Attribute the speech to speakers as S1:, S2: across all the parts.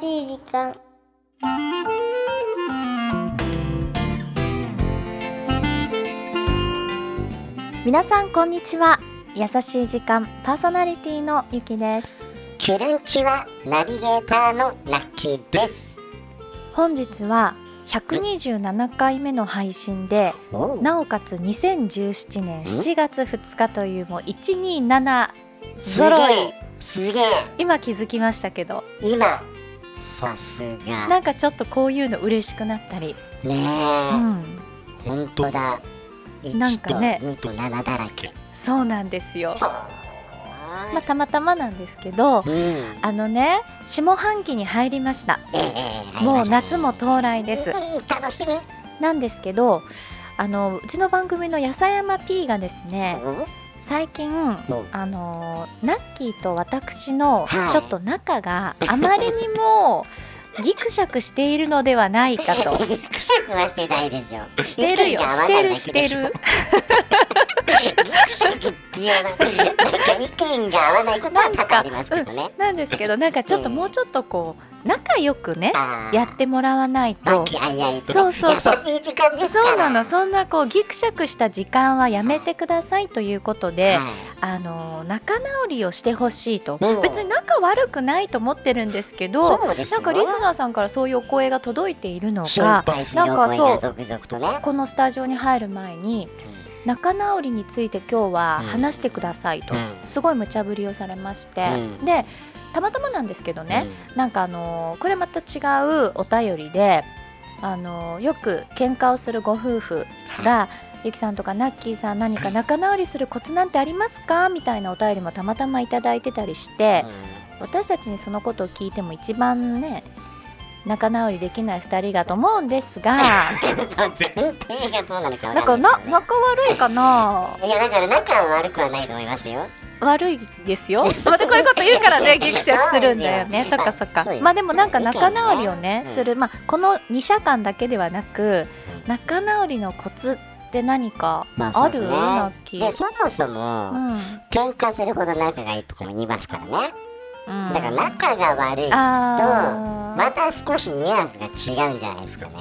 S1: しい時間
S2: 皆さんこんにちは優しい時間パーソナリティのゆきです
S3: キュルンチはナビゲーターのラッキーです。
S2: 本日は127回目の配信で
S3: おう
S2: なおかつ2017年7月2日というもう127
S3: すげ
S2: 揃い
S3: えすげえ
S2: 今気づきましたけど
S3: 今さすが
S2: なんかちょっとこういうの嬉しくなったり、う
S3: ねえ、
S2: ん、
S3: ほんとだ
S2: なん
S3: 1と
S2: かね
S3: 2と7だらけ、
S2: そうなんですよまあたまたまなんですけど
S3: うんえ
S2: あのね下半期に入りました
S3: えええ
S2: もう夏も到来
S3: で
S2: です
S3: 楽しみ
S2: なんですけどあのうちの番組のやさやま P がですね最近
S3: ん
S2: あのナッキーと私の
S3: はい
S2: ちょっと仲があまりにもギクシャクしているのではないか と
S3: ギクシャクはしてないでしょ
S2: してるよ
S3: 意見が合
S2: し
S3: わな
S2: て
S3: い
S2: る
S3: だ
S2: し
S3: け
S2: て
S3: でしょ
S2: る
S3: ギクシャクっていうのはなんか意見が合わないことは多々ありますけどね
S2: なんですけどなんかちょっと
S3: うん
S2: もうちょっとこう仲良くね
S3: あー
S2: やってもらわない
S3: バ
S2: と
S3: キあいあいと
S2: そうそうそう
S3: 優しい時間ですから
S2: そうなのそんなこうギクシャクした時間はやめてくださいということで、
S3: はい
S2: あの仲直りをしてほしいと、
S3: うん
S2: 別に仲悪くないと思ってるんですけど
S3: そうです
S2: な
S3: よ
S2: んかリスナーさんからそういうお声が届いているの
S3: 心
S2: か
S3: 配する
S2: な
S3: お
S2: んか
S3: 声が
S2: そう
S3: 続々とね
S2: このスタジオに入る前に仲直りについて今日は話してくださいと、
S3: うん
S2: すごい無茶ぶりをされまして、
S3: うん
S2: でたまたまなんですけどね、なんかあのーこれまた違うお便りであのーよく喧嘩をするご夫婦がゆきさんとかナッキーさん何か仲直りするコツなんてありますかみたいなお便りもたまたまいただいてたりして私たちにそのことを聞いても一番ね仲直りできない2人がと思うんです が
S3: 前提がどうなのかわ
S2: なんか
S3: かんない
S2: な仲悪
S3: ですけどね
S2: いかない
S3: やだから仲は悪くはないと思いますよ
S2: 悪いですよまたこういうこと言うから ねギクシャクするんだよねそ
S3: そ
S2: うっか
S3: なんです
S2: そ
S3: よ
S2: っか
S3: そうです
S2: まあでもなんか仲直りをね
S3: うん
S2: するまあこの2社間だけではなく仲直りのコツって何か
S3: まあそ
S2: あ
S3: うです
S2: る
S3: ね
S2: ナッキ
S3: で
S2: ー
S3: そもそも喧嘩するほど仲がいいとかも言いますからねだから仲が悪い
S2: あ
S3: また少しニュアンスが違うんじゃないですかね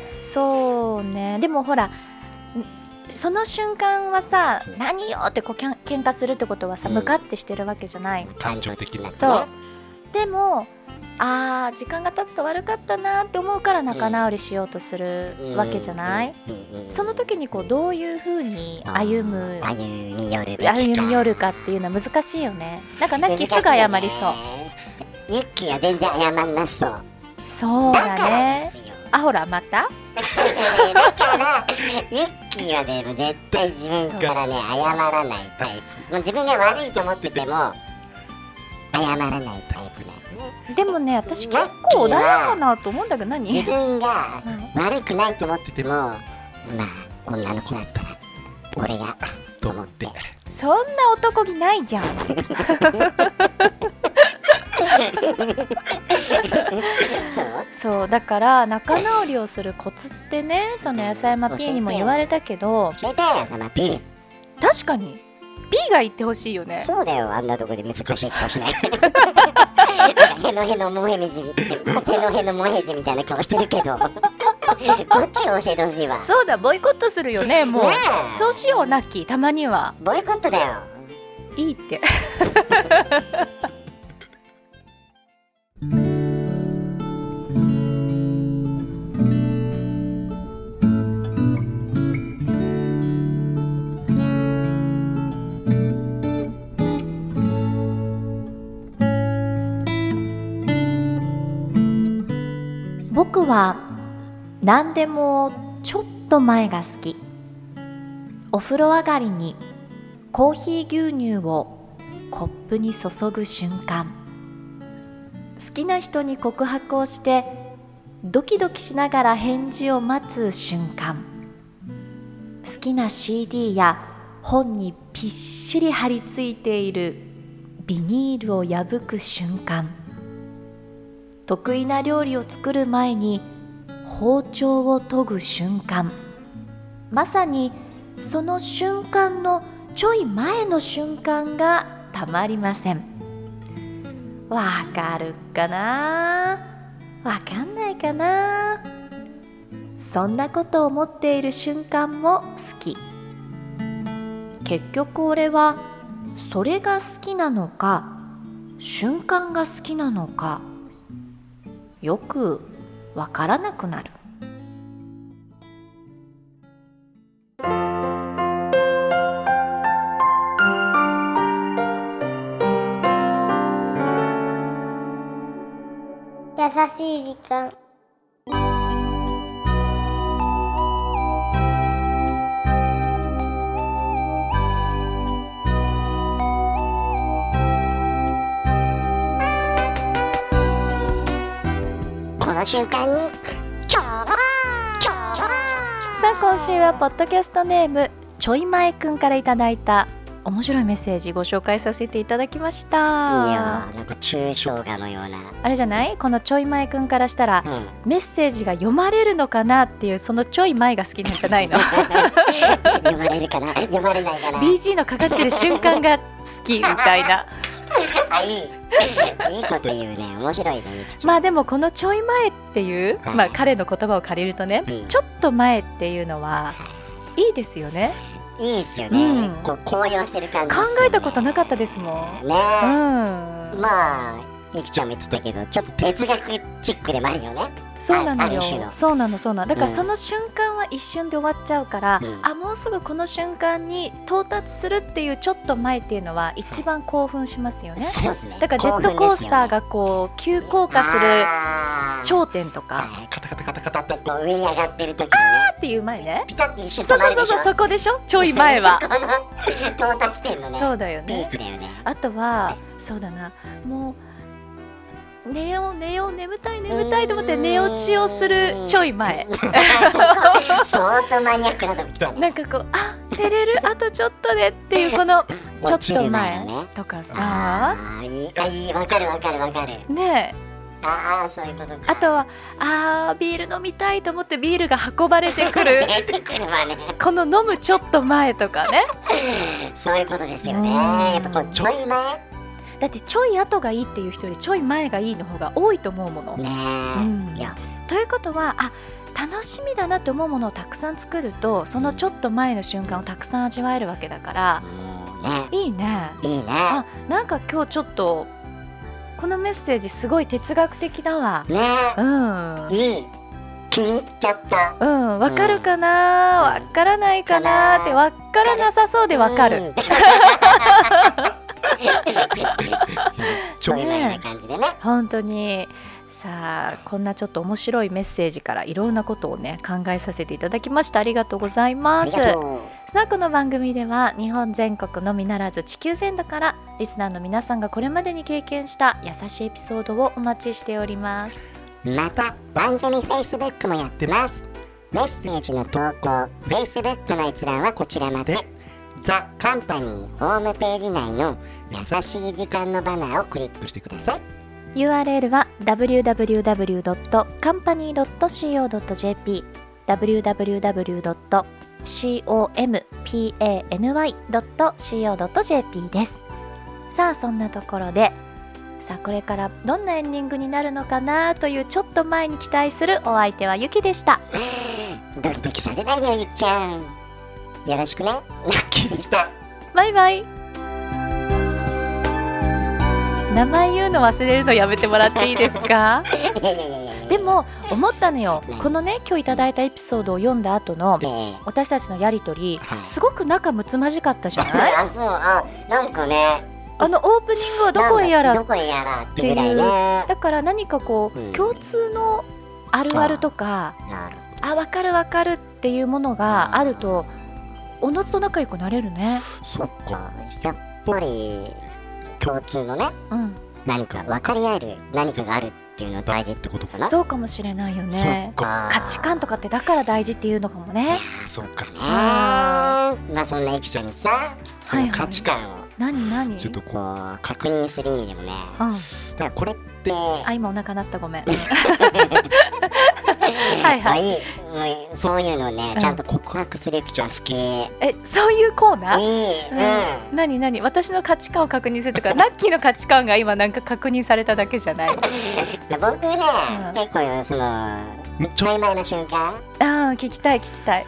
S2: ーそうねでもほらんその瞬間はさ「何よ!」ってこうけん喧嘩するってことはさ
S3: うん
S2: 向かってしてるわけじゃない
S3: 感情的なね
S2: そうでもあー時間が経つと悪かったなって思うから仲直りしようとするわけじゃない、
S3: うんうんうん
S2: その時にこうどういうふうに歩む
S3: あー歩み寄るべきか
S2: 歩み寄るかっていうのは難しいよねなんかナッキーすぐ謝りそう
S3: うユッキーは全然謝んなそう
S2: そう
S3: だ
S2: だ
S3: からで
S2: ね
S3: すよ
S2: あほらまた
S3: だからユッキーはねもう絶対自分からね謝らないタイプもう自分が悪いと思ってても謝らないタイプだよね
S2: でもね私結構穏やかなと思うんだけど
S3: 自
S2: 何
S3: 分が
S2: うん
S3: 悪くないと思っててもまあ女の子だったら俺がと 思って
S2: そんな男気ないじゃん
S3: そう
S2: そうだから仲直りをするコツってねその野菜マ P にも言われたけど
S3: それでまあ P
S2: 確かに P が言ってほしいよね
S3: そうだよ、あんなとこで難しい顔しない。なんかへのへのもへみじみ、へのへのもへじみたいな顔してるけど、こっちを教えてほしいわ。
S2: そうだボイコットするよねもう
S3: ねえ
S2: そうしようナッキーたまには
S3: ボイコットだよ。
S2: いいって僕は何でもちょっと前が好きお風呂上がりにコーヒー牛乳をコップに注ぐ瞬間好きな人に告白をしてドキドキしながら返事を待つ瞬間好きな CD や本にぴっしり貼り付いているビニールを破く瞬間得意な料理を作る前に包丁を研ぐ瞬間まさにその瞬間のちょい前の瞬間がたまりませんわかるかなわかんないかなそんなことを思っている瞬間も好き結局俺はそれが好きなのか瞬間が好きなのかよくわからなくなる
S1: 優しい時間
S3: この瞬間に今日は今日
S2: さあ今週はポッドキャストネームちょいまえくんからいただいた面白いメッセージご紹介させていただきました
S3: いやーなんか抽象画のような
S2: あれじゃないこのちょい前くんからしたら
S3: うん
S2: メッセージが読まれるのかなっていうそのちょい前が好きなんじゃ ないの
S3: 読まれるかな読まれないかな
S2: BG のかかってる瞬間が好きみたい な
S3: あいいいいこと言うね面白いねゆきちゃん
S2: まあでもこのちょい前っていう、
S3: はい
S2: まあ、彼の言葉を借りるとね、
S3: うん
S2: ちょっと前っていうのはいいですよね
S3: いいですよね、
S2: うん
S3: こう高揚してる感じ
S2: 考
S3: ですよね、
S2: えたことなかったですもんう
S3: ね
S2: ん
S3: え、まあゆきちゃんも言ってたけどちょっと哲学チックでもあるよね
S2: そうな
S3: あ
S2: の
S3: る
S2: よ
S3: 種の
S2: そうなのそうなのだから
S3: うん
S2: その瞬間は一瞬で終わっちゃうから、
S3: うん
S2: あもうすぐこの瞬間に到達するっていうちょっと前っていうのは一番興奮しますよね
S3: そうですね
S2: だからジェットコースターがこう急降下する
S3: ょ
S2: 頂点とか
S3: カタカタカタカタってこう上に上がってる時のね
S2: っていう前ね
S3: ピタッて一瞬
S2: そ
S3: 止
S2: う
S3: ま
S2: そう
S3: る
S2: そ
S3: で
S2: う
S3: しょ
S2: そうそこでしょちょい前は
S3: そこの到達点のね
S2: そうだよ
S3: ピー
S2: ね
S3: クだよね
S2: あとはそうだなもう寝よう寝よう眠たい眠たいと思って寝落ちをするちょい前
S3: そこ相当マニアックなとこ来たね
S2: なんかこうあ寝れる あとちょっとでっていうこのちょっ
S3: 落ち
S2: と
S3: る
S2: 前
S3: のね
S2: とかさ
S3: あーいいあいいわかるわかるわかる
S2: ねえ
S3: ああそういうことか
S2: あとはあービール飲みたいと思ってビールが運ばれてく る
S3: 出てくるわね
S2: この飲むちょっと前とかね
S3: そういうことですよね
S2: うん
S3: やっぱこうちょい前
S2: だってちょい後がいいっていう人よりちょい前がいいの方が多いと思うもの。
S3: ね
S2: うん
S3: えいや
S2: ということはあ楽しみだなって思うものをたくさん作るとそのちょっと前の瞬間をたくさん味わえるわけだから
S3: もうね
S2: いいね
S3: いいね
S2: あなんか今日ちょっとこのメッセージすごい哲学的だわ
S3: ね
S2: うん
S3: えいい気に入っちゃった
S2: うんわかるかなわからないかなってわからなさそうでわか
S3: う
S2: る
S3: んちょい前な感じでね
S2: 本当にさあこんなちょっと面白いメッセージからいろんなことをね考えさせていただきましたありがとうござい
S3: あ
S2: ま
S3: り
S2: す
S3: がとう
S2: さあこの番組では日本全国のみならず地球全土からリスナーの皆さんがこれまでに経験した優しいエピソードをお待ちしております
S3: また番組 Facebook もやってますメッセージの投稿 Facebook の閲覧はこちらまでザ・カンパニーホームページ内の「優しい時間」のバナーをクリックしてください
S2: URL は www.company.co.jp www.company.co.jp ですさあそんなところでさあこれからどんなエンディングになるのかなというちょっと前に期待するお相手はゆきでした
S3: ドキドキさせないでよゆっちゃんよろしく ねラッキーでした
S2: バイバイ名前言うの忘れるのやめてもらっていいですか
S3: いやいやいやいやいや
S2: でも思ったのよ
S3: ね
S2: このね今日いただいたエピソードを読んだ後の
S3: ね
S2: 私たちのやりとり
S3: えはい
S2: すごく仲睦まじかったじゃ ない
S3: あそうあなんかね
S2: あのオープニングはどこへや
S3: なんだ
S2: ら
S3: どこへやらってぐらいね
S2: だから何かこ
S3: うん
S2: う共通のあるあるとか
S3: なるほ
S2: あ分かる分かるっていうものがあるとおのずと仲良くなれるね
S3: どそっかやっぱり共通のね
S2: うん
S3: 何か分かり合える何かがあるっていうのは大事ってことかな
S2: そうかもしれないよね
S3: か
S2: 価値観とかってだから大事っていうのかもね
S3: あーそうかね
S2: あ
S3: まあそんなエピソードにさそ
S2: はい
S3: の
S2: はい
S3: 価値観を
S2: 何何
S3: ちょっとこう確認する意味でもね
S2: うん、
S3: だからこれって
S2: あ今お腹鳴ったごめん
S3: はい
S2: はい
S3: いうんそういうのをね
S2: うん
S3: ちゃんと告白するピクチャー好き、いい
S2: えそういうコーナー
S3: うん、
S2: 何何私の価値観を確認する とかラッキーの価値観が今なんか確認されただけじゃないあ
S3: で僕ね、
S2: うん
S3: 結構そのちょい前の瞬間
S2: あ聞きたい聞きたい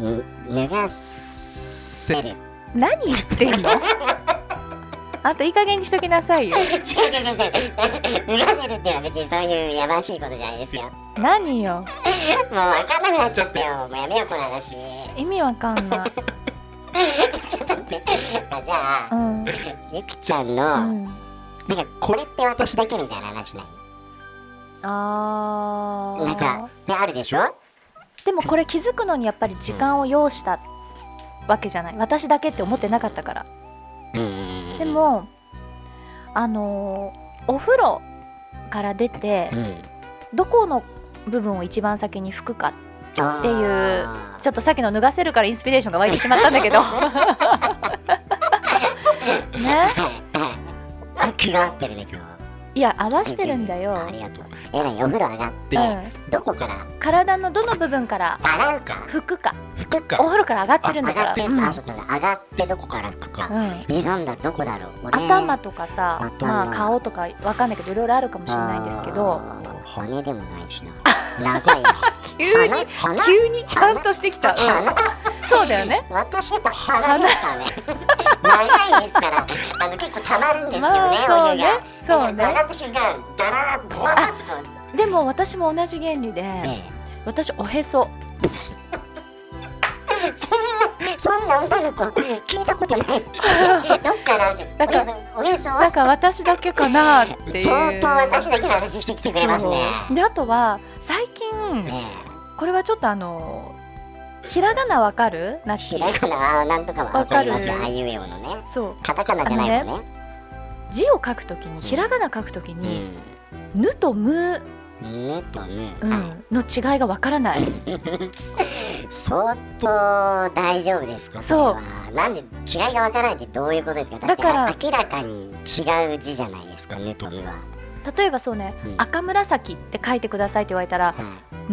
S3: うん脱がせる 違う
S2: 何言って んのあんたいい加減にしときなさいよ
S3: 違う違う違う脱がせるっていうのは別にそういうやばしいことじゃないですよも
S2: 何よ
S3: う分かんなくなっちゃったよもうやめようこの話ち
S2: 意味わかんない、
S3: ょっと待ってあじゃ
S2: う
S3: あ
S2: んう
S3: ゆきちゃんの、
S2: ん、
S3: なんかこれって私だけみたいな話ない
S2: あ
S3: なん
S2: ー
S3: かであるでしょ
S2: でもこれ気づくのにやっぱり時間を要したわけじゃない私だけって思ってなかったから
S3: うん
S2: で、もあのーお風呂から出て
S3: うん、
S2: どこの部分を一番先に拭くか
S3: って
S2: いうちょっとさっきの脱がせるからインスピレーションが湧いてしまったんだけどね
S3: あ気が合ってるね今日
S2: いや合わしてるんだよ、
S3: ありがとうえ何お風呂上がって、
S2: う
S3: どこから
S2: ん、体のどの部分から
S3: 洗うか
S2: 拭くか
S3: 拭く
S2: お
S3: か
S2: 風呂から上がって
S3: あ
S2: る
S3: 上
S2: んだか
S3: が
S2: ら
S3: ってるか、あそこだ上がってどこから拭く
S2: う
S3: か、
S2: んうん
S3: えなんだろうどこだろう俺
S2: 頭とかさ
S3: 頭
S2: まあ、顔とかわかんないけどいろいろあるかもしれないんですけど
S3: あー骨でもないし な長いよ
S2: 急に
S3: 鼻鼻
S2: 急にちゃんとしてきた、う
S3: 鼻
S2: ん、そうだよね
S3: 私やっぱ鼻ですか ね長いですからあの結構たまるんですよね、
S2: まあ
S3: お
S2: そう
S3: 湯
S2: ねそう
S3: がだから上
S2: ね
S3: がった瞬間ダラーッボワーッとこ
S2: でも私も同じ原理で、
S3: う、ね
S2: 私おへそ
S3: えそんなそんな女の子聞いたことないどっからって
S2: だから
S3: おへそは
S2: だから私だけかなっていう
S3: 相当私だけの話してきてくれますね
S2: そうであとは最近
S3: ね
S2: これはちょっとあのひらがなわかるナッ
S3: え
S2: キ
S3: ひら
S2: ー
S3: がなはなんとかわかりますよ
S2: わか
S3: あ
S2: る
S3: いうえおのね
S2: そう
S3: カタカナじゃないもんね
S2: 字を書くときにひらがな書くときに「ぬ」と「む
S3: うんぬとぬ」
S2: うん
S3: はい
S2: の違いがわからない
S3: 相当大丈夫ですか
S2: そう
S3: それはなんで違いがわからないってどういうことですかだって
S2: だから
S3: あ明らかに違う字じゃないですかぬとぬは、
S2: 例えばそうね
S3: うん
S2: 「赤紫」って書いてくださいって言われたら
S3: はい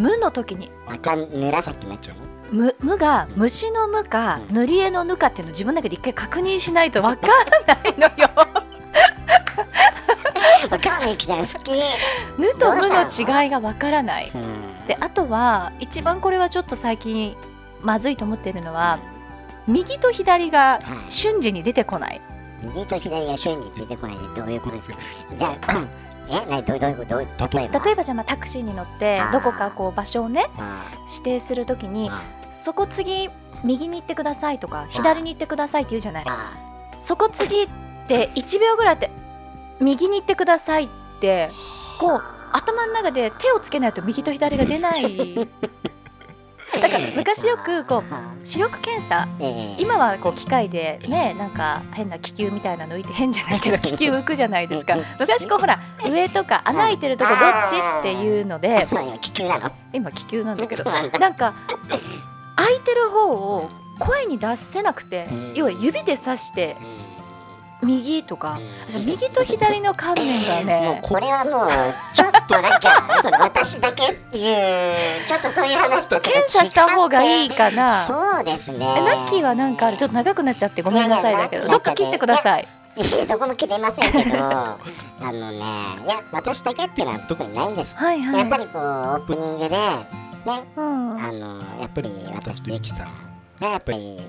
S2: 「無」の時に
S3: 赤紫になっ ちゃうの
S2: 「無」無が虫の「無」か
S3: うん
S2: 塗り絵の「ぬ」かっていうのを自分だけで一回確認しないとわからないのよ。
S3: わかんないきちゃん好き、
S2: ぬとむの違いがわからない。
S3: うん
S2: であとは一番これはちょっと最近まずいと思っているのは右と左が
S3: はい
S2: 瞬時に出てこない。
S3: 右と左が瞬時出てこないでどういうことですかじゃあえなにどういうどういうどういう例えば
S2: 例えばじゃあまあタクシーに乗って
S3: あー
S2: どこかこう場所をね
S3: あ
S2: 指定するとき
S3: ー
S2: に
S3: あ
S2: そこ次右に行ってくださいとか左に行ってくださいって言うじゃない
S3: ー。あ
S2: そこ次って1秒ぐらいって右に行ってくださいってこう頭の中で手をつけないと右と左が出ない。
S3: ー
S2: だから昔よくこ
S3: あ
S2: う視力検査
S3: ーええ
S2: 今はこう機械でねなんか変な気球みたいなの浮いて変じゃない けど気球浮くじゃないですか昔こうほら上とか穴開いてるとこどっちっていうので
S3: そう今気球なの
S2: 今気球なんだけど
S3: そうなんだ
S2: なんか開いてる方を声に出せなくて
S3: うん
S2: 要は指で指して
S3: う
S2: 右とか
S3: うん
S2: 私右と左の観念が
S3: もう
S2: ね
S3: これはもうちょっとなんかその私だけっていうちょっとそういう話とちょっと違って
S2: 検査した方がいいかな
S3: そうですね
S2: えナッキーはなんかあるちょっと長くなっちゃってごめんなさいだけ
S3: いや
S2: ど
S3: い
S2: ど
S3: や
S2: っか切ってください
S3: い やどこも切れませんけど あのねいや私だけっていうのは特にないんです、
S2: はいは
S3: やっぱ
S2: い
S3: りこうオープニングでね
S2: うん
S3: あのやっぱり私とゆきさんがやっぱりね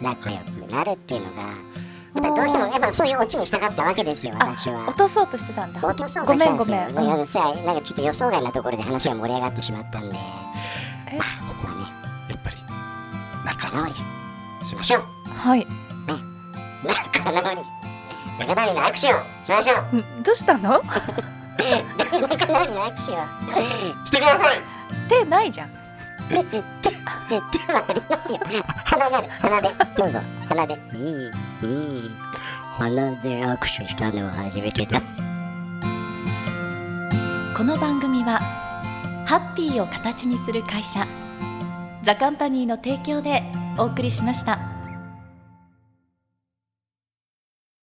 S3: 仲良くなるっていうのがやっぱどうしてもやっぱそういうオチにしたかったわけですよ
S2: あ
S3: 私は
S2: 落。とそうとしてたんだ
S3: 落とそう
S2: ご
S3: とし
S2: め
S3: た
S2: ん
S3: ん
S2: ご
S3: ですよ
S2: めん、
S3: ね
S2: うん
S3: なんかさなんかちょっと予想外なところで話が盛り上がってしまったんで、ま
S2: え
S3: あ、ここはね、やっぱり仲直りしましょう。
S2: はい
S3: 仲直り。仲直りの握手をしましょう。
S2: んどうしたの
S3: 仲直りの握手をしてください。
S2: 手ないじゃん
S3: で、手はありますよ。鼻がある、鼻で、どうぞ、鼻で。うん、うん。鼻で握手したのは初めてだ。
S2: この番組はハッピーを形にする会社ザカンパニーの提供でお送りしました。